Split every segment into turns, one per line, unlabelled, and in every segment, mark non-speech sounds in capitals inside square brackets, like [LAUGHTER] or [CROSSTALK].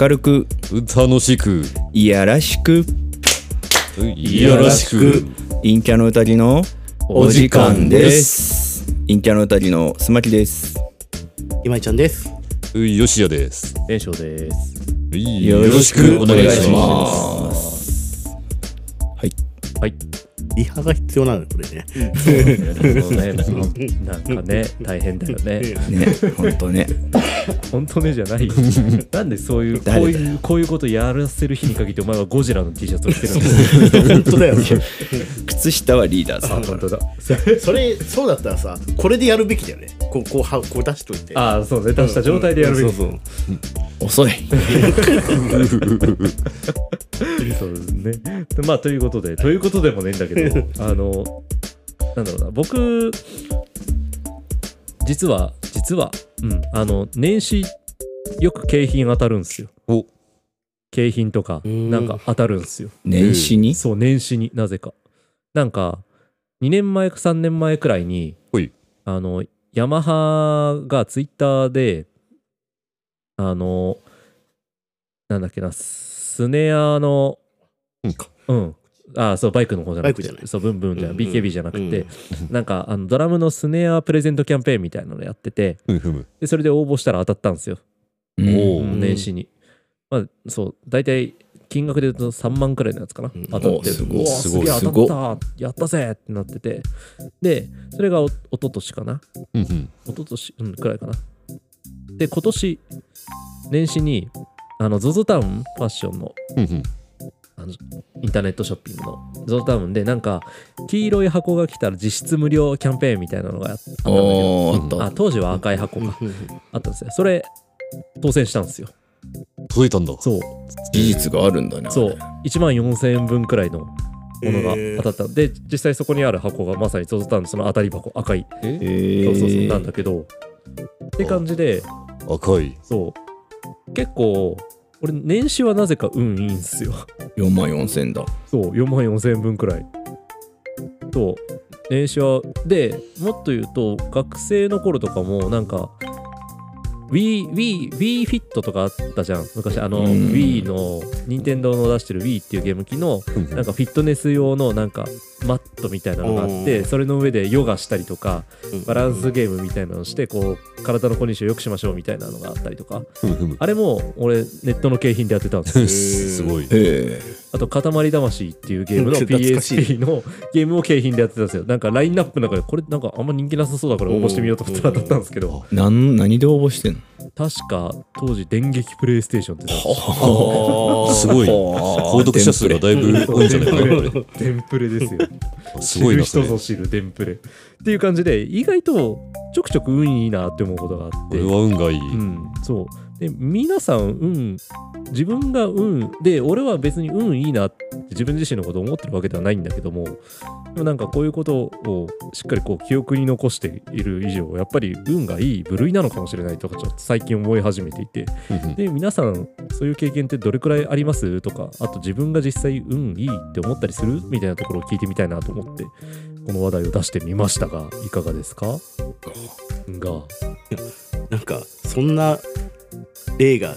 明るく
楽しく
いやらしく
よろしく
陰キャの宴の
お時間です
す陰キャの宴のすまきです
今井ちゃんです。
よしやです
伝承です。
よろしくお願いします
はい。
リハが必要なのよこれね。
なんかね、大変だよね。
ねほんとね
本当ねじゃないよ。なんでそう
[LAUGHS]
いう、こう
誰だ
いう、こういうことやらせる日に限って、お前はゴジラの T シャツを着てるんですよ。
本当だよ。
靴下はリーダーさん
本当だ。
[LAUGHS] それそうだったらさ、これでやるべきだよね。こうこうはこう出しといて。
ああ、そうね。出した状態でやるべき。
そう
遅い
そうですね。でまあ、ということで、ということでもねえんだけど、
[LAUGHS]
あの、なんだろうな、僕、実は、実は、うん、あの、年始、よく景品当たるんですよ。
お
景品とか、
ん
なんか当たるんですよ。
年始に
そう、年始になぜか。なんか、2年前か3年前くらいに
ほい、
あの、ヤマハがツイッターで、あの、なんだっけな、スネアの、うん。あそうバイクの方じゃなくて
バイクじゃない
そうブンブンじゃ、
うんうん
BKB じゃなくて、
う
なんかあのドラムのスネアプレゼントキャンペーンみたいなのやってて
ふむふむ
でそれで応募したら当たったんですよ
うん
おう
年始に、まあそう大体金額で言うと3万くらいのやつかな、
うん
当たっ
お
て
すごいう
わ
すごい
げえ
す
当
ごい
たったやったぜってなっててでそれがお一昨年かな
うんうん
一昨年、うん、くらいかなで今年年始にあの ZOZO タウンファッションの
うんうん
あのインターネットショッピングの ZOZO タウンでなんか黄色い箱が来たら実質無料キャンペーンみたいなのがあったんだけど
おーっ
ー
あ
と
当時は赤い箱
うん
があったんですよそれ当選したんですよ
届いたんだ
そう
技術があるんだな
そう1万4000円分くらいのものが
へー
当たったで実際そこにある箱がまさに ZOZO タウンのその当たり箱赤い
へ
え
ー
そうそうそうなんだけどって感じで
赤い
そう結構俺年始はなぜか運いいんすよ [LAUGHS]
4万4千だ
そう、4万4千円分くらい。そう、年始は。で、もっと言うと、学生の頃とかも、なんか、Wii、Wii、Wii Fit とかあったじゃん。昔、あの、
うん
Wii の、任天堂の出してる Wii っていうゲーム機の、
うん
なんかフィットネス用の、なんか、マットみたいなのがあっ
う
て、
ん
それの上でヨガしたりとか、
うん
バランスゲームみたいなのをして、こう、体のコンディションを良くしましょうみたいなのがあったりとか、
ふむふむ
あれも、俺、ネットの景品でやってたんですよ
ふむすごい
へえ
あと、塊魂っていうゲームの
[LAUGHS] 懐かしい
PSP のゲームを景品でやってたんですよ。なんかラインナップの中で、これなんかあんま人気なさそうだから応募してみようと思ったら当たったんですけ
うん
ど、
なん何で応募してんの
確か当時、電撃プレイステーションっ
[LAUGHS]
て
すごい
購
購読者数がだいぶ多いんじゃないかなこれ
電プレ
[LAUGHS]
ですよ。
す
知
ごい
る
なそ
人
れ
ぞ知る電プレ。っていう感じで、意外とちょくちょく運いいなって思うことがあっ
こ
て
れ。は運がいい
うん、そうで皆さん運自分が運で俺は別に運いいなって自分自身のことを思ってるわけではないんだけどもでもなんかこういうことをしっかりこう記憶に残している以上やっぱり運がいい部類なのかもしれないとかちょっと最近思い始めていて
ふむふむ
で皆さんそういう経験ってどれくらいありますとかあと自分が実際運いいって思ったりするみたいなところを聞いてみたいなと思ってこの話題を出してみましたがいかがですかが、
なんかそんな例が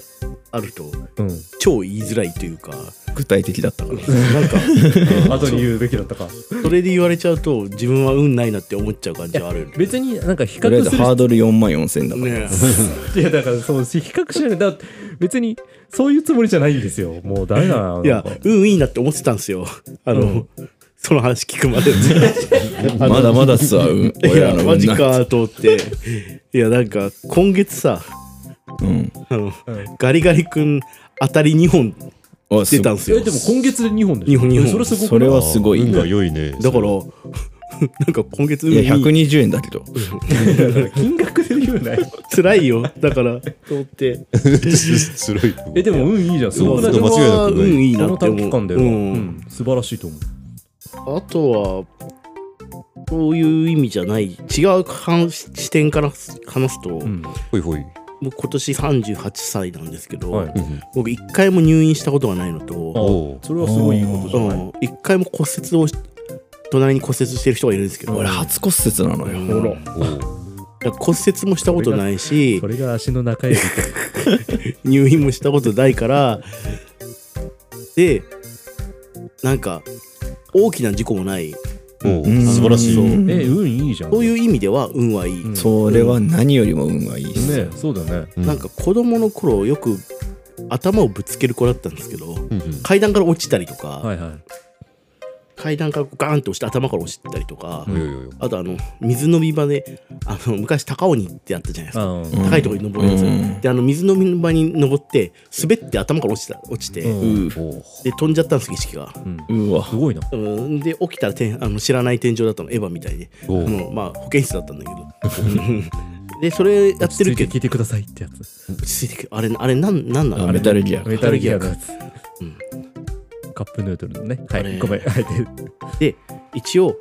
あると
うん、
超言いづらいというか、
具体的だったから
なんか
[LAUGHS] 後に言うべきだったか。
それで言われちゃうと自分は運ないなって思っちゃう感じはあるよね。
別になんか比
とりあえ
較
ず
する
ハードル4万4千だから
ね
いやだからそう比較しないだって別にそういうつもりじゃないんですよもう誰だな
いや
なんか
運いいなって思ってたんですよ。あの、
うん
その話聞くまで。
まだまださうん
い
俺ら
や
の
マジかと思っていやなんか今月さ
うん
あの
うん
ガリガリ君当たり2本
あ
出たん
す
ですよ
えでも今月で日本でしょ
日本日本
それすごくない
それはすごい
運が良いね
だから [LAUGHS] なんか今月
いや
運
120円だけど
金額で言うなよ
辛いよだからと思って
つらい
えでも運いいじゃんすごくない
そう
こ
間違いなく
運いいな
の
って思
短
う
期間だよ、
う
うん
ん
素晴らしいと思う
あとはそういう意味じゃない違う話視点から話すと、
うん
ほいほい
僕今年38歳なんですけど、
はい
うんうん
僕一回も入院したことがないのと、
あ
おう
それはすごいいいことじゃ
う
ない
ん、一回も骨折をし隣に骨折してる人がいるんですけど、
俺初骨折なのよ
ほら
おう
だから骨折もしたことないし
これが足の中 [LAUGHS] 指と
入院もしたことないからでなんか大きな事故もない
もう
うん
素晴らしい。
そう
うん
え運いいじゃん
そういう意味では運はいい、
うん
それは何よりも運がいいっす。
ねそうだね
なんか子供の頃よく頭をぶつける子だったんですけど
うんうん
階段から落ちたりとか、
はいはい
階段からガーンって押して頭から落ちたりとか、
うん
およよよ
あとあの水飲み場であの昔高鬼ってあったじゃないです
あ
か、
うん
うん
高いところに登るやつ、
うん
であの水飲み場に登って滑って頭から落ちた落ちて、
うん
う
おう
で飛んじゃったんです意識が。
うん
うわ
す。ごいな
うん、で起きたらてんあの知らない天井だったのエヴァみたいであ
おう
の、まあ、保健室だったんだけど [LAUGHS] でそれやってるけど
落ち着いて聞いてくださいってやつ
落ち着いてくあれあれなんなんなの
あれ誰じゃ
メタルギアのやつ
うん
カップヌードルのねは
あれ
いごめんはいで
一応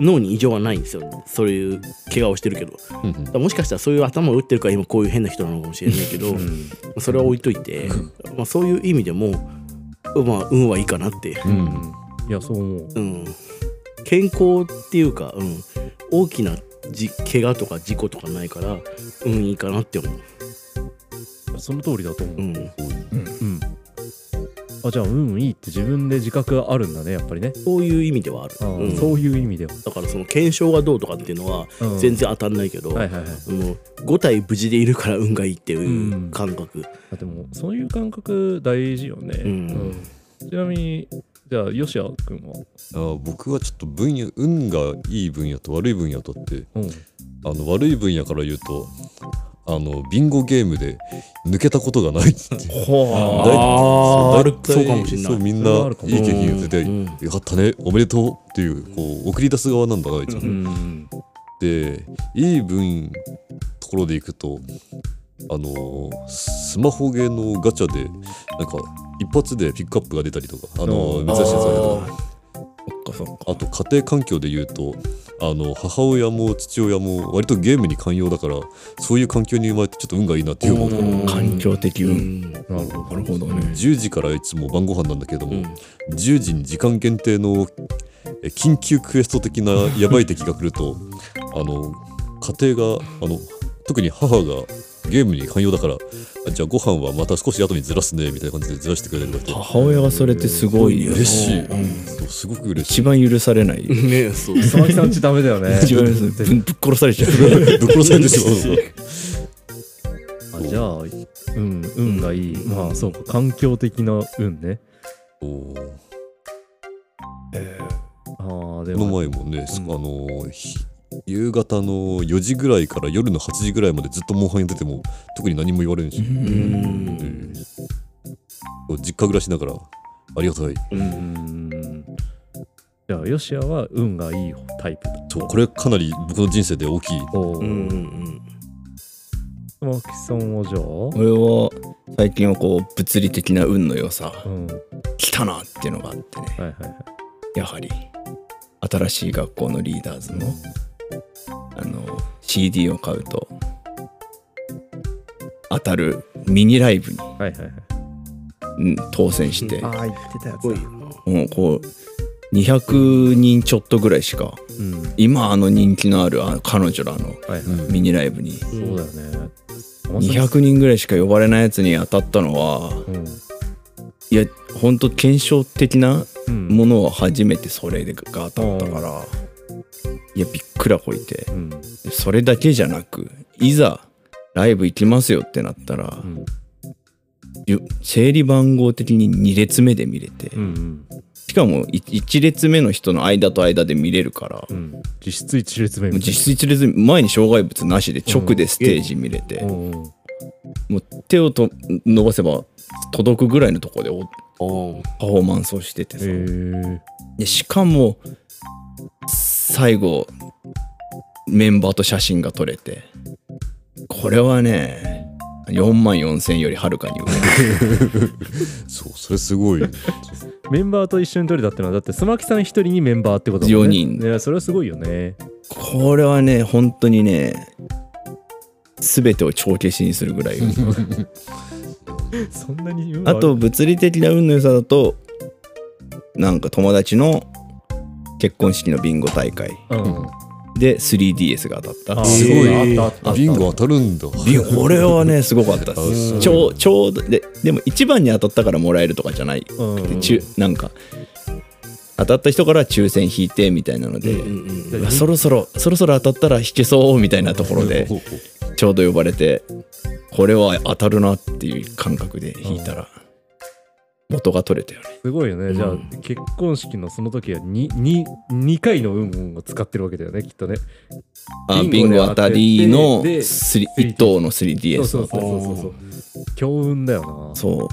脳に異常はないんですよそういう怪我をしてるけどだか
うんうん
らもしかしたらそういう頭を打ってるから今こういう変な人なのかもしれないけど、ま
ん
あそれは置いといて、まあ、そういう意味でも、まあ、運はいいかなって
うん
いやそう思う
うん、健康っていうか、うん、大きなじ怪我とか事故とかないからうんいいかなって思う、
その通りだと思う
う
うん
ん、
うんあじゃあ運いいって自分で自覚があるんだねやっぱりね
そういう意味ではある、
あー
うん
そういう意味では
だからその検証がどうとかっていうのは
うん
全然当たんないけど、
はいはいはい
その5体無事でいるから運がいいっていううん感覚、
あでもそういう感覚大事よね、
うん
うんちなみにじゃあよしやくんは、
あー僕はちょっと分野運がいい分野と悪い分野とあって
うん、
あの悪い分野から言うとあのビンゴゲームで抜けたことがない
ほ
あー
大
ある
大体
そうかもしんな
そ
い
うみん
それ
な
はあるかも
いい経験をしてて
うん
よかったねおめでとうっていうこう送り出す側なんだないうつ
ん
も
うん
でいい分ところでいくとあのースマホゲーのガチャでなんか一発でピックアップが出たりとかあのー
あー
珍しいやつが出たりとか
そっかそっか。
あと家庭環境で言うとあの母親も父親も割とゲームに寛容だからそういう環境に生まれてちょっと運がいいなっていう思う
うん
環境的
う
運。
ん
なるほど
なるほどね。
10時からいつも晩ご飯なんだけど
う
も、
ん
10時に時間限定のえ緊急クエスト的なやばい敵が来るとあの家庭があの特に母がゲームに寛容だからあじゃあご飯はまた少し後にずらすねみたいな感じでずらしてくれたりとかして
母親がそれってすごいよね
嬉しい、
うん
そうすごく嬉
[LAUGHS]
し
一
い
番許されない。 [LAUGHS]
ねそう
佐々木さんちダメだよ [LAUGHS] ね
一番許されないぶんぶっ殺されちゃう。
ぶっ殺されてしまうのが
あじゃあうん運がいい、まあそうか環境的な運ね
おー
あーで
この
も
前もね、す
うん
あのーひ夕方の4時ぐらいから夜の8時ぐらいまでずっとモンハンやってても特に何も言われるんでしょ、
うん
うん実家暮らしながらありがたい
うんじゃあよしやは運がいいタイプだ
そうこれかなり僕の人生で大きい
お
う
ー
んうん
佐々木さんはじゃあ
俺は最近はこう物理的な運の良さ
うんは
来たなっていうのがあってね
いはいはい
やはり新しい学校のリーダーズのあの CD を買うと当たるミニライブに
はいはいはい
うん当選して
ああ言ってたや
すごい
もうこう200人ちょっとぐらいしか
うんはい
今あの人気のあるあの彼女らの
はい、
ミニライブに
そうだよね
200人ぐらいしか呼ばれないやつに当たったのは
うん
いやほんと検証的な
うん
ものは初めてそれが当たったからいやびっくらこいて
うん
それだけじゃなくいざライブ行きますよってなったら
うん
ゆ整理番号的に2列目で見れて
うん
しかも1列目の人の間と間で見れるからも
うん実質一列目
う
みたい
実質1列目前に障害物なしで直でステージ見れて
なうんうん
もう手をと伸ばせば届くぐらいのとこでお
おー
パフォーマンスをしててさ
へえ
でしかも最後メンバーと写真が撮れてこれはね4万4000よりはるかに上
そうそれすごい
メンバーと一緒に撮れたってのはだって須磨木さん一人にメンバーってことだもんね
四人
いやそれはすごいよね
これはね本当にね全てを帳消しにするぐらい
そんなに
あと物理的な運の良さだとなんか友達の結婚式のビンゴ大会
うん
うん
で 3DS が当たった
あ
すごい
あったあったあった
ビンゴ当たるんだ。
いやこれはねすごかったで
う
す
ん
ちょうちょうどででも一番に当たったからもらえるとかじゃない
うん
ちゅなんか当たった人から抽選引いてみたいなので、
うんうんうん
うわそろそろそろそろ当たったら引けそうみたいなところで
ほうほう
ちょうど呼ばれてこれは当たるなっていう感覚で引いたら元が取れたよね
すごいよね、じゃ
う
あ結婚式のその時は 2, 2, 2回の運を使ってるわけだよねきっとね
あビ
ビ
ン
ンゴで
ゴ当たりの
でで
スリ一等の 3DS
そうそうそうそうそう強運だよな
そ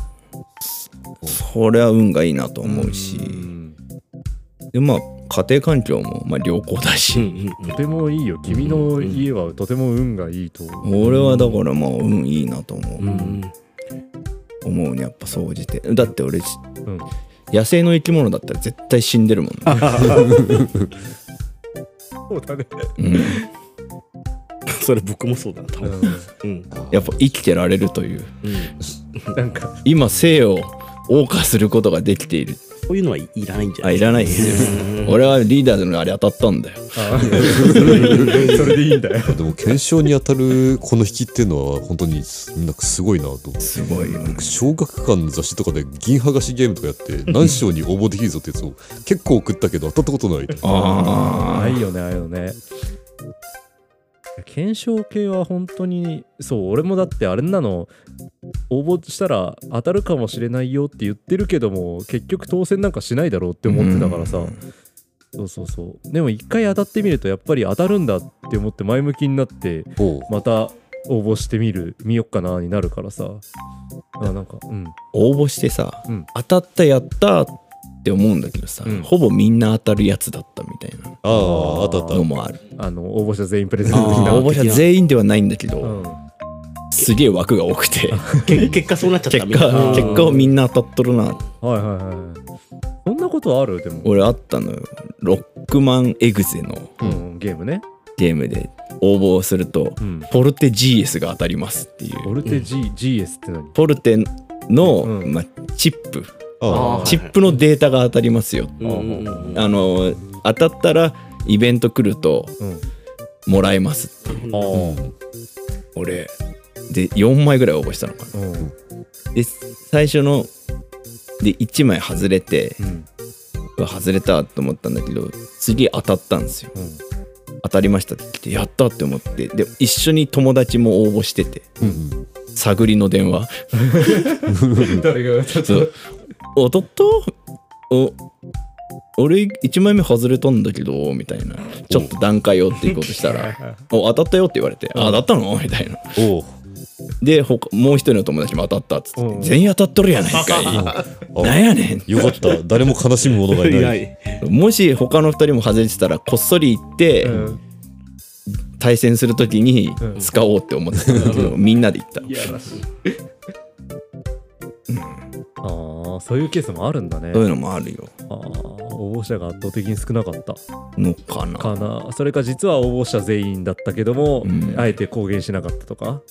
うそりゃ運がいいなと思うし
うん
でまあ家庭環境もまあ良好だ
う
し、
んうん
とてもいいよ君の家はとても運がいいと
俺はだからまあ運いいなと思う、
うんうん
思うねやっぱ総じてだって俺
うん
野生の生き物だったら絶対死んでるもん、ね
そうだね
うん、
それ僕もそうだな多分
う
うん
やっぱ生きてられるというん
んなんか
今生を謳歌することができている
そういうのはいいらないんじ
あ
ゃない
い
い
らないですね俺はリーダーズのあれ当たったんだよ
あーそれでいいんだよ
でも検証に当たるこの引きっていうのは本当になんかすごいなと
すごいよね
僕小学館の雑誌とかで銀剥がしゲームとかやって何章に応募できるぞってやつを結構送ったけど当たったことない
あ
ないよねああいうのね検証系は本当にそう俺もだってあれなの応募したら当たるかもしれないよって言ってるけども結局当選なんかしないだろうって思ってたからさ、
うん
そうそうそうでも一回当たってみるとやっぱり当たるんだって思って前向きになって
ほう
また応募してみる見よっかなになるからさあなんかうん
応募してさ、
うん
当たったやったって思うんだけどさ、
うん
ほぼみんな当たるやつだったみたいな
ああ当た
の
っ
もある
あの応募者全員プレゼント的
あ
な
ー
応募者全員ではないんだけど、
うん
すげえ枠が多く [LAUGHS] て
け結果そうなっちゃった
結
みたいな
果
あー
結果みんな当たっとるな
はいはいはいそんなことあるでも、
俺あったのよロックマンエグゼの
うん、ゲームね
ゲームで応募すると
うん
「ポルテ GS が当たります」ってい
ボ
う
ルテ G、GS って何
ポルテの、
うん
まあ、チップ
たあ
あ
あ
チップのデータが当たりますよ
うんうんうん
あの当たったらイベント来ると
うん
もらえます
ああ
俺で4枚ぐらい応募したのかな
うん
で最初ので1枚外れて
うん
うわ外れたと思ったんだけど次当たったんですよ
うん
当たりましたって来てやったって思ってで一緒に友達も応募してて
うん
探りの電話
誰がちょっ
そう当たったお俺1枚目外れたんだけどみたいなちょっと段階をっていうことしたら「お当たったよ」って言われて「あ当たったの?」みたいな
おう
で他もう一人の友達も当たったっつって「
うん
全員当たっとるやない
[LAUGHS]
かいなんやねん」
よかった誰も悲しむものがいない
い
もし他の2人も外れてたらこっそり行って
うん
対戦するときに
うん
使おうって思ってたんだけどみんなで行った
いやらしいああそういうケースもあるんだね
そういうのもあるよ
あー応募者が圧倒的に少なかった
のかな
かなそれか実は応募者全員だったけども、
うん
あえて公言しなかったとか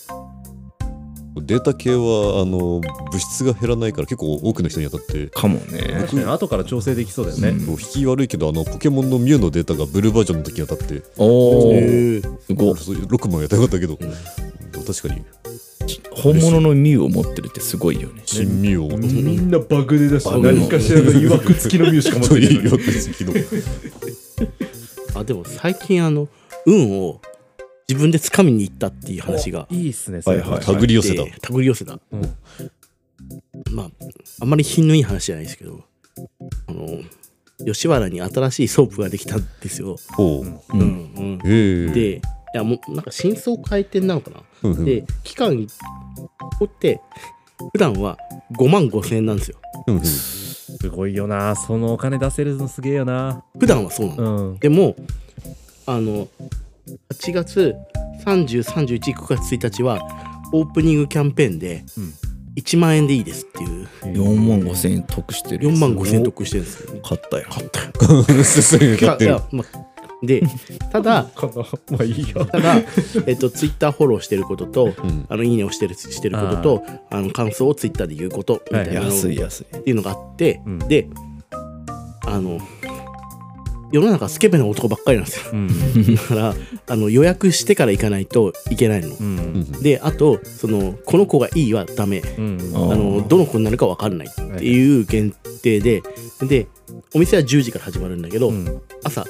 データ系はあの物質が減らないから結構多くの人に当たって
かもね
確かに後から調整できそうだよね、
うん
引き悪いけどあのポケモンのミュウのデータがブルーバージョンの時に当たって
おお
へえ
すごい
そういう6万やったらよかったけど、
ん
でも確かに
本物のミュウを持ってるってすごいよね
新ミュウを持って
みんなバグで出し
バグの
しらの曰く付きのミューしか
と
ない
いうような時の
あでも最近あの運を自分で掴みに行ったっていう話が
[LAUGHS] いいっすね、
はいはい
それ
手繰り寄せた
で手繰り寄せた
うん
まああんまり品のいい話じゃないですけどあの吉原に新しいソープができたんですよ、
ほう
うん
うん
へえ
でいやもうなんか真相回転なのかな、
うんうん
で期間にこって普段は5万5千円なんですよ
うんうん
すごいよな、そのお金出せるのすげえよな。
普段はそうなの、
うん。
でもあの8月3031月1日はオープニングキャンペーンで
うん
1万円でいいですっていう
4万5千円得してる
4万5千円得してるんですよ
買ったよ
買った
[LAUGHS]
よ
すぐ買って
い
る
やまあでただ
この、まあいいよ。
ただ、えっと、ツイッターフォローしてることと、
ん
あのいいねをしてるしてることとあの感想をツイッターで言うことみたいなの
安い安い
っていうのがあって、
うん
であの世の中スケベな男ばっかりなんです
[LAUGHS]
よ
うん
だからあの予約してから行かないといけないの
う
うんん
であとそのこの子がいいはダメ
うん
あ
あのどの子になるか分かんないっていう限定ででお店は10時から始まるんだけど、
うん
朝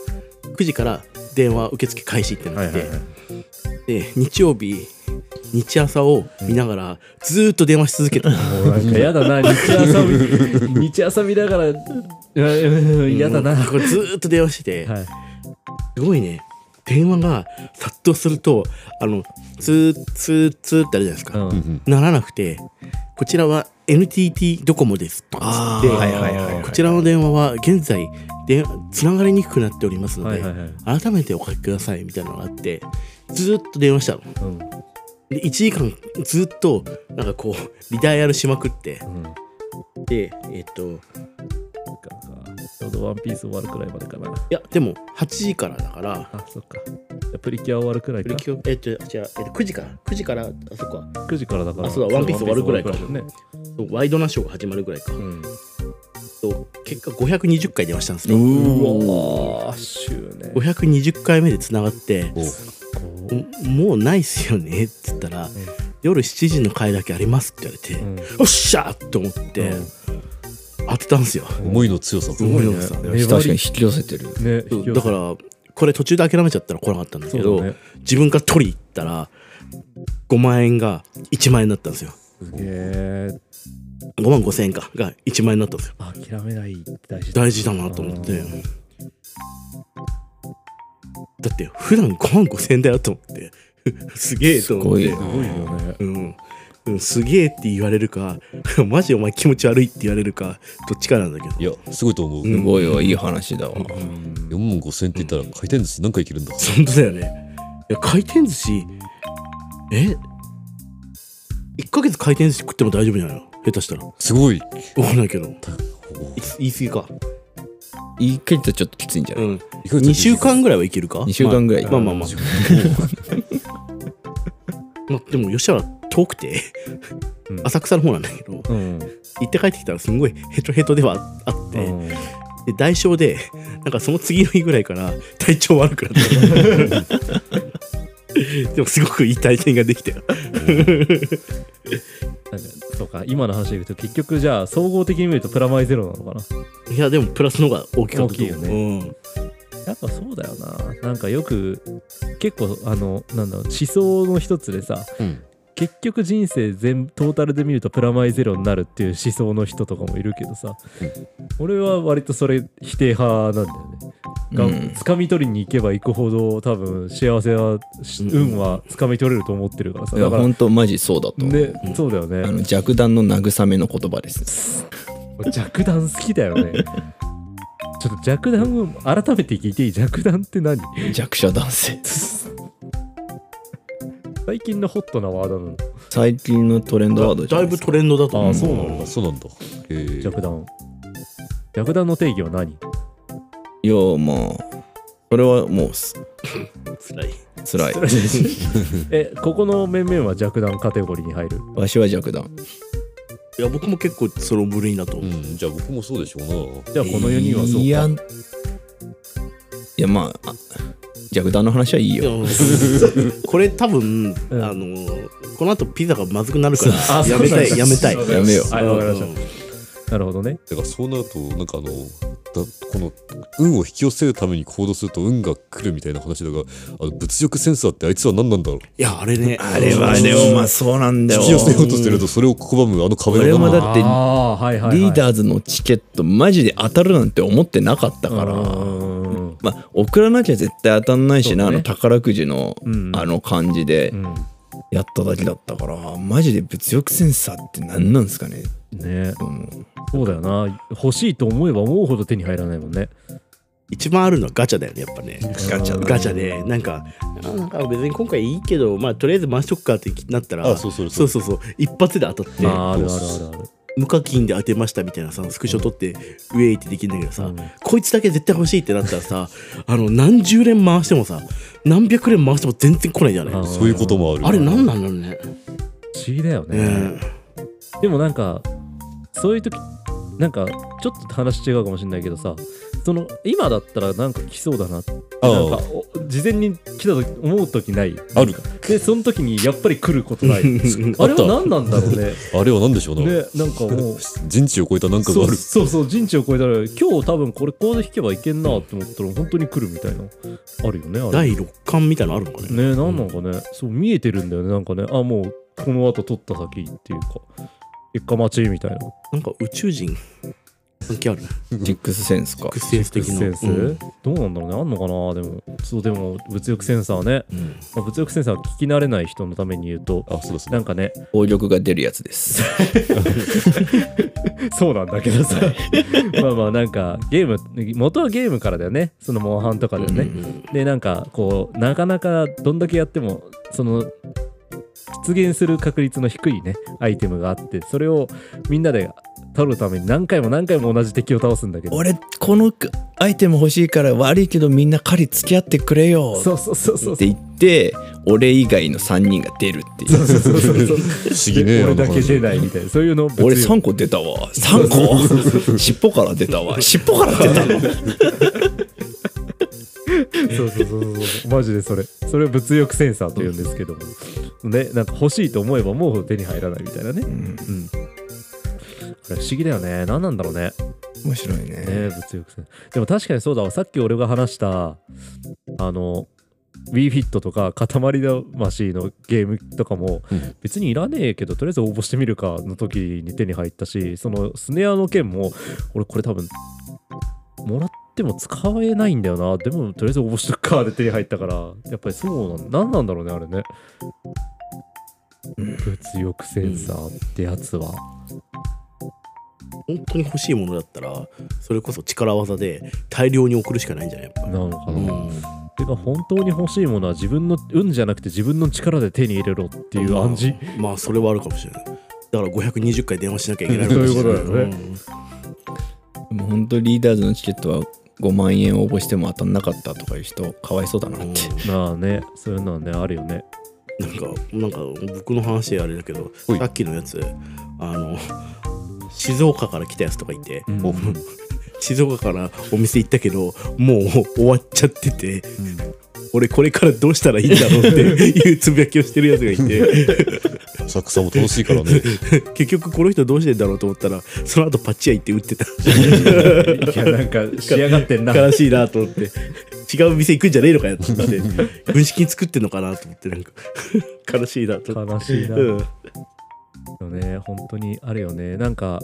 9時から電話受付開始ってな
はい
っ
は
て、
いはい
で日曜日日朝を見ながらずーっと電話し続けた、 [LAUGHS]
もうなんかやだな日朝見日朝見ながらいやうんやだな、
もうこれずーっと電話して
[LAUGHS]
て、
はい
すごいね電話が殺到するとあのツーツーツーってあるじゃないです
う
か、
ん
うん
ならなくてこちらは NTT ドコモですとか
あ
つって、
ーはいはいはいはい
こちらの電話は現在でつながりにくくなっておりますの
は
で、
いはいはい
改めておかけくださいみたいなのがあってずーっと電話したの
うん
で1時間ずっとなんかこうリダイヤルしまくって
うんなんか
でえっと
ちょうどワンピース終わるくらいまでかない
やでも8時からだから
あそっかプリキュア終わるくらい
プ
か
リキュアえっとじゃあ、えっと、9時から9時からあそっか
9時からだから
あそうだワンピース終わるくらいか
そうだね
そうワイドナショーが始まるぐらいか、
うん
と結果520回電話したんです
う
よ
ーわ
あ執念
520回目でつながって
お
「んもうないっすよね」っつったら、夜7時の回だけあります」って言われて
う
「
ん
おっしゃ!」と思って、
うん
当てたんですよ
思いの強さ。
すごいのがさ
粘り
確かに引き寄せてる
ね
そう
引き寄せ
だからこれ途中で諦めちゃったら来なかったんだけ
そう
ど
だね
自分から取り行ったら5万円が1万円だったんですよ
すげえ
5万5千円かが1万円だったんですよ
諦めないって大事だ
大事だなと思ってだって普段5万5千円だよと思って [LAUGHS] すげえと思
すご
って
い
すごいよね
うんうん、すげえって言われるか [LAUGHS] マジお前気持ち悪いって言われるかどっちかなんだけど
いや、すごいと思う。
うん
すごいわいい話だわ
4万5千って言ったら回転寿司何回いけるんだ。
本当だよねいや回転寿司え1ヶ月回転寿司食っても大丈夫じゃないの下手したら
すごい。
分かんないけどい
お
言い過ぎか
一回言ったらちょっときついんじゃな
う
い
ん2週間ぐらいはいけるか
2週間ぐらい
まあまあまあまあでも吉原遠くて
うん
浅草の方なんだけど
うん
行って帰ってきたらすんごいヘトヘトではあっ
う
て、
ん
で代償でなんかその次の日ぐらいから体調悪くなった
[LAUGHS]
でもすごくいい体験ができたよ
なんかそうか今の話で言うと結局じゃあ総合的に見るとプラマイゼロなのかない
やでもプラスの方が大きかったと思う
大きいよやっぱそうだよななんかよく結構あのなんだろう思想の一つでさ
うん
結局人生全トータルで見るとプラマイゼロになるっていう思想の人とかもいるけどさ、
うん
俺は割とそれ否定派なんだよねが、
うん
掴み取りに行けば行くほど多分幸せは、し
うん
運は掴み取れると思ってるからさ
いや
だから
本当マジそうだと思う
ねそうだよね
あの弱弾の慰めの言葉です
弱弾好きだよねちょっと弱弾を改めて聞いていい弱弾って何
弱者男性
最近のホットなワードなの
最近のトレンドワー
う
ド
ん、
じゃな
だ
いいで
ぶ
すか
トレンドだと思
あ
う
そう
なのそうなんだ。へー
弱弾弱弾の定義は何
いやまあそれはもうす
辛い
[LAUGHS] 辛い
えここの面々は弱弾カテゴリーに入る
わしは弱弾
いや僕も結構その部類だと
う
思う、
ん、じゃあ僕もそうでしょう
じゃあこの4人はそうか
いやいやまああ弱弾の話はいいよ
いやこれ多分、
うん
あのこの後ピザがまずくなるから
あ
やめた
そうなんだ
いやめたい
やめよ
はいわかりました
うん
なるほどね
な。だからそうなると、なんかあの、だこの運を引き寄せるために行動すると運が来るみたいな話だが、あの物欲センサーってあいつは何なんだろう
いやあれね
あれはでもまあそうなんだよ
引き寄せようとしてるとそれを拒むあの壁
俺
の
も
中
だって
ああはいはい、はい、
リーダーズのチケットマジで当たるなんて思ってなかったから
うん
まあ送らなきゃ絶対当たんないしな、
そう
あ
ね
の宝くじの、
うん
あの感じで
うん
やっただけだったから、マジで物欲センサーって何なんですかね、
ね
うん
そうだよな欲しいと思えば思うほど手に入らないもんね
一番あるのはガチャだよねやっぱね
ガチャだ
ガチャでなんかあなんか別に今回いいけどまあとりあえず回しとくかってなったら
あそうそれ
そ
そうれ
そうそう一発で当たって
あああるあるあるある
無課金で当てましたみたいなさスクショ取ってウェイってできるんだけどさ、
うん
こいつだけ絶対欲しいってなったらさあの何十連回してもさ何百連回しても全然来ないじゃない
あ
あ
ー
そういうこともある。
れ何なんだろうね
不思議だよね、
ね
でもなんかそういう時なんかちょっと話違うかもしれないけどさその今だったらなんか来そうだなって
あ
なんか
あ
お事前に来たとき思う時ない
ある
でその時にやっぱり来ることないあれは何なんだろうね
あれは何でしょうな、
ねなんかもう
人知を超えた何かが
そ
あ
う
る
そうそう陣地を超えたら今日多分これコード弾けばいけんなって思ったら本当に来るみたいなあるよねあれ
第6巻みたいなのあるのかね
ねなんなんかね、そう見えてるんだよねなんかねあもうこの後取った先っていうか結果待ちみたいな
なんか宇宙人関係ある
ジックスセンスか
クセンス的な
センス、
うん
どうなんだろうねあんのかなでもそうでも物欲センサーね、
うん
まあ物欲センサー聞き慣れない人のために言うと
あそうです
な
ね
んかね
暴力が出るやつです
そうなんだけどさ [LAUGHS] まあまあなんかゲーム元はゲームからだよねそのモンハンとかだよね、
うん
でなんかこうなかなかどんだけやってもその出現する確率の低いねアイテムがあってそれをみんなで取るために何回も何回も同じ敵を倒すんだけ
[LAUGHS]
ど
俺このアイテム欲しいから悪いけどみんな狩り付き合ってくれよ
そうそうそうそう
っ
そ
て
う
言って俺以外の3人が出るっていう
そうそうそうそう
不思議ね
で俺だけ出
い
ないみたいなそういうのを
俺
物欲
3個出たわ3個尻尾から出たわ尻尾から出たわ
そうそうそうそうマジでそれそれを物欲センサーと言うんですけどもねなんか欲しいと思えばもう手に入らないみたいなね
うん
うんこれ不思議だよね何なんだろうね
面白い
ね
ね
物欲性でも確かにそうだわさっき俺が話したあの WeFit とか塊魂のゲームとかも、
うん
別にいらねえけどとりあえず応募してみるかの時に手に入ったしそのスネアの件も俺これ多分もらっても使えないんだよなでもとりあえず応募しとくかで手に入ったからやっぱりそうなん何なんだろうねあれね
うん
物欲センサーってやつは、
本当に欲しいものだったらそれこそ力技で大量に送るしかないんじゃないやっぱ
なのかな、
うん
てか本当に欲しいものは自分の運じゃなくて自分の力で手に入れろっていう暗示
まあそれはあるかもしれないだから520回電話しなきゃいけないのかもしれな
そういうことだ
うん
もう本当リーダーズのチケットは5万円応募しても当たんなかったとかいう人かわいそうだなって
まあねそういうのはねあるよね
なんかなんか僕の話であれだけど
ほい
さっきのやつあの静岡から来たやつとかいて
うん
お
[LAUGHS] 静岡からお店行ったけどもう終わっちゃってて俺これからどうしたらいいんだろうっていうつぶやきをしてるやつがいて
作さも楽しいからね
結局この人どうしてんだろうと思ったらその後パチ屋行って売ってた
[LAUGHS] いやなんか仕上がってんな
悲しいなと思って違う店行くんじゃねえのかよってって軍資金作ってんのかなと思ってなんか [LAUGHS] 悲しいなと思って。
悲しいな、
うん
ね本当にあるよねなんか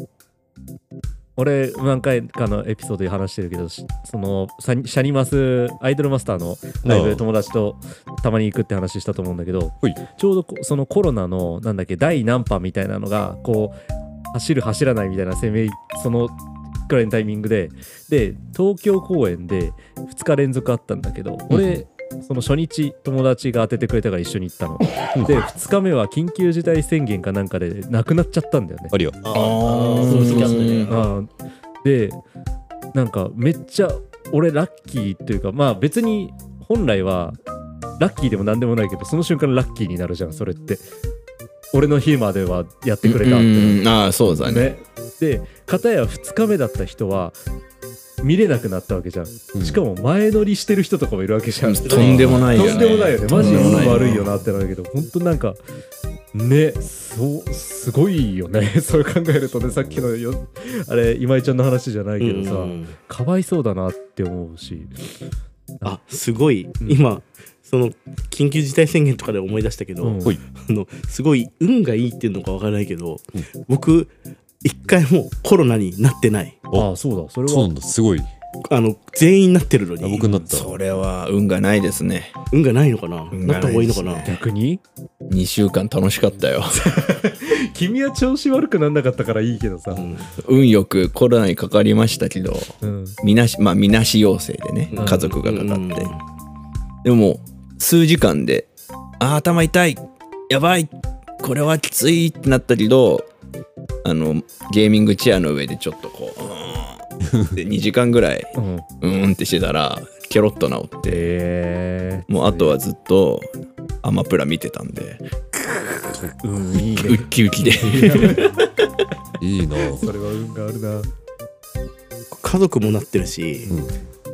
俺何回かのエピソードで話してるけどしそのサニシャニマスアイドルマスターのライブ
ああ
で友達とたまに行くって話したと思うんだけど
ほい
ちょうどこそのコロナのなんだっけ第何波みたいなのがこう走る走らないみたいな攻めそのくらいのタイミングでで東京公演で2日連続あったんだけど俺、その初日友達が当ててくれたから一緒に行ったので2日目は緊急事態宣言かなんかでなくなっちゃったんだよね
ありゃ
あ
ー
そういう時あったね
あーでなんかめっちゃ俺ラッキーというかまあ別に本来はラッキーでも何でもないけどその瞬間ラッキーになるじゃんそれって俺の日まではやってくれたって
うんああそうだね
ねで片や2日目だった人は見れなくなったわけじゃん、しかも前乗りしてる人とかもいるわけじゃん、
とんでもないよね
とんでもないよねマジで
とんでも
運
ない
悪いよなってなるけど本当なんかねそうすごいよね [LAUGHS] そう考えるとねさっきのよあれ今井ちゃんの話じゃないけどさ、
うん
かわいそうだなって思うし
あすごい、
うん
今その緊急事態宣言とかで思い出したけど、
うん
ほい
あのすごい運がいいっていうのかわからないけど、
うん
僕一回もコロナになってない
ああそうだそれ
そう
は
なんだすごい
あの全員なってるの
あ
に
僕になった
それは運がないですね
運がないのかな
運
な
が
った
ないですね
方がいいのかな
逆に
2週間楽しかったよ
君は調子悪くなんなかったからいいけどさ、
うん
運よくコロナにかかりましたけど
うん
みなしまあみなし陽性でね
うん
家族がかかって、
うん
でも数時間であー頭痛いやばいこれはきついってなったけどあのゲーミングチェアの上でちょっとこううーん
[LAUGHS]
で2時間ぐらい
うん、
うーんってしてたらケロッと治って
え
もうあとはずっとアマプラ見てたんで
ー、うんいいね
ウッ
[LAUGHS]
キウキで
いいな
それは運があるな。
家家族もなってるし、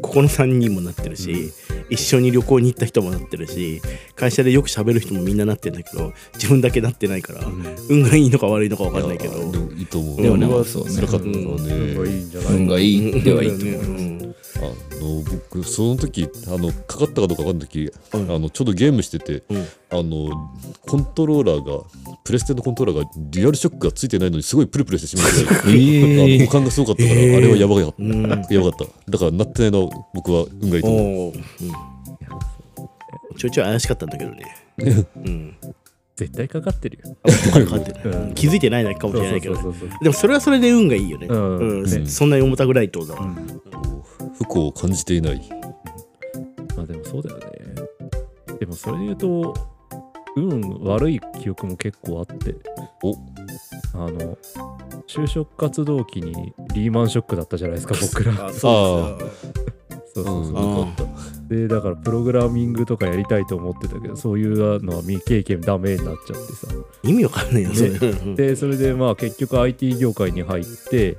ここの3人もなってるし、一緒に旅行に行った人もなってるし会社でよく喋る人もみんななってんだけど自分だけなってないから、運がいいのか悪いのか分かんないけど
やでもいいと思う。
でもね
俺は
そうね
辛かったから
運がい
ね。
いんじゃない
運がいいってはいいと思う
うん
あの僕その時あのかかったかどうかわかんない時、あのちょうどゲームしてて、
ん
あのコントローラーがプレステのコントローラーがリアルショックがついてないのにすごいプルプルしてしまって、あの股間がすごかったから、
えー
あれはやばかった、
うん
やばかった。だからなってないのは僕は運がいいと思う。
おーうんちょいちょい怪しかったんだけどね、うん、
絶対かかってるよ。
分かってない
うん
気づいてないだけかもし
そう
れな
そう
いけ
そ
ど
うそうそう。
でもそれはそれで運がいいよね、
うん
うん
ね
そんなに重たくないってことだから、
不幸を感じていない。
まあでもそうだよね。でもそれで言うと、運悪い記憶も結構あって、
お
あの、就職活動期にリーマンショックだったじゃないですか、僕ら。
あ
そう
そうそう
うん、
そう
なんかあっ
で、だからプログラミングとかやりたいと思ってたけど、そういうのは未経験ダメになっちゃってさ。
意味わかんないよそれ、
ね
うん
でそれでまあ結局 IT 業界に入って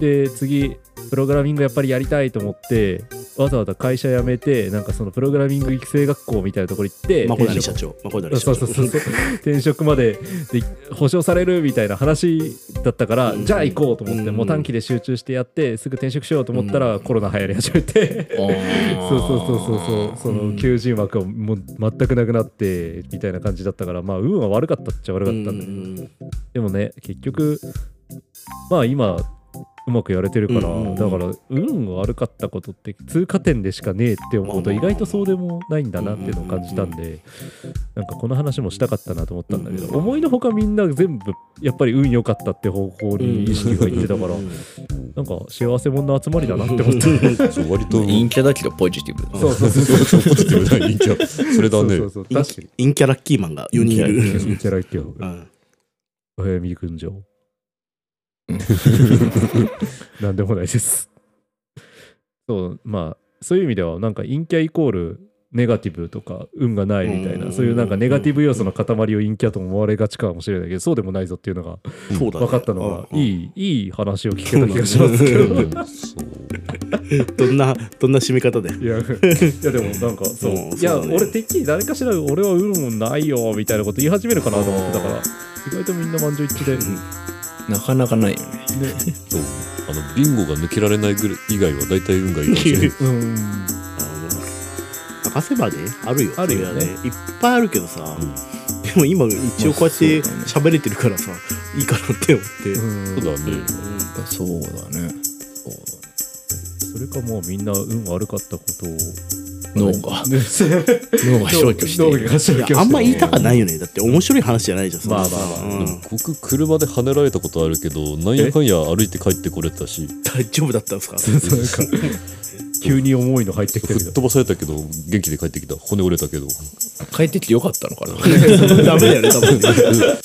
で次プログラミングやっぱりやりたいと思ってわざわざ会社辞めてなんかそのプログラミング育成学校みたいなところ行って
まこなり
転
社
職
長まこなり社
そ
長
うそうそうそう転職までで保証されるみたいな話だったから、
うん
じゃあ行こうと思って、
うん
もう短期で集中してやってすぐ転職しようと思ったら、コロナ流行り始めてそうそうそうそうそうその求人枠をもう全くなくなってみたいな感じだったからまあ運は悪かったっちゃ悪かったんだけど、でもね結局まあ今うまくやれてるから、
うんうんうん
だから運が悪かったことって通過点でしかねえって思うと
まあまあまあ
意外とそうでもないんだなっていうのを感じたんで、なんかこの話もしたかったなと思ったんだけど、
うんうん
思いのほかみんな全部やっぱり運良かったって方向に意識がいってたから、
うん
なんか幸せ者の集まりだなって思った。
たそう割と
陰キャだけどポジティブ
そうそうそう
[LAUGHS] そうポジティブな陰キャ。それだね。
そうそうそう
陰
確か
キ陰キャラッキーマンが4人い
に。
る
めっちゃラッキーよ。
うん
お早めにんじゃ
[LAUGHS]
おう。なんでもないです。そう、まあ、そういう意味では、なんか陰キャイコールネガティブとか、運がないみたい
うん
な、そういうなんかネガティブ要素の塊を陰キャと思われがちかもしれないけど、そうでもないぞっていうのが
そうだね
分かったのが、
うん
いい、いい話を聞けた気がしますけ
そう
ど。 [LAUGHS]
うんそう
どんなどんな締め方で
いやいやでもなんかそう
うん
いや
そうだね
俺てっきり誰かしら俺は運もないよみたいなこと言い始めるかなと思ってたから意外とみんな満場一致
[LAUGHS]
で、
なかなかないよね
ね
そうあのビンゴが抜けられないぐらい以外は大体運がいいかもしれない
うん
あの探せばねあるよ
あるよね
そりゃいっぱいあるけどさ、
ん
でも今一応こうやって
まあそ
喋れてるからさいいかなって思って、
う
そ
ん
うだね
そうだね
それかもうみんな運悪かったことを
脳が
ね
脳が消去している
脳が消
い
去して
やあんま言いたかないよねだって面白い話じゃないじゃんそんなさ
まあまあ
で
うん
も僕車で跳ねられたことあるけどなんやかんや歩いて帰ってこれたし
大丈夫だったんですか
そうなんか急に重いの入ってきて
吹
る
っ
けど
飛ばされたけど元気で帰ってきた骨折れたけど
帰ってきてよかったのかな
ダメだよね多分ね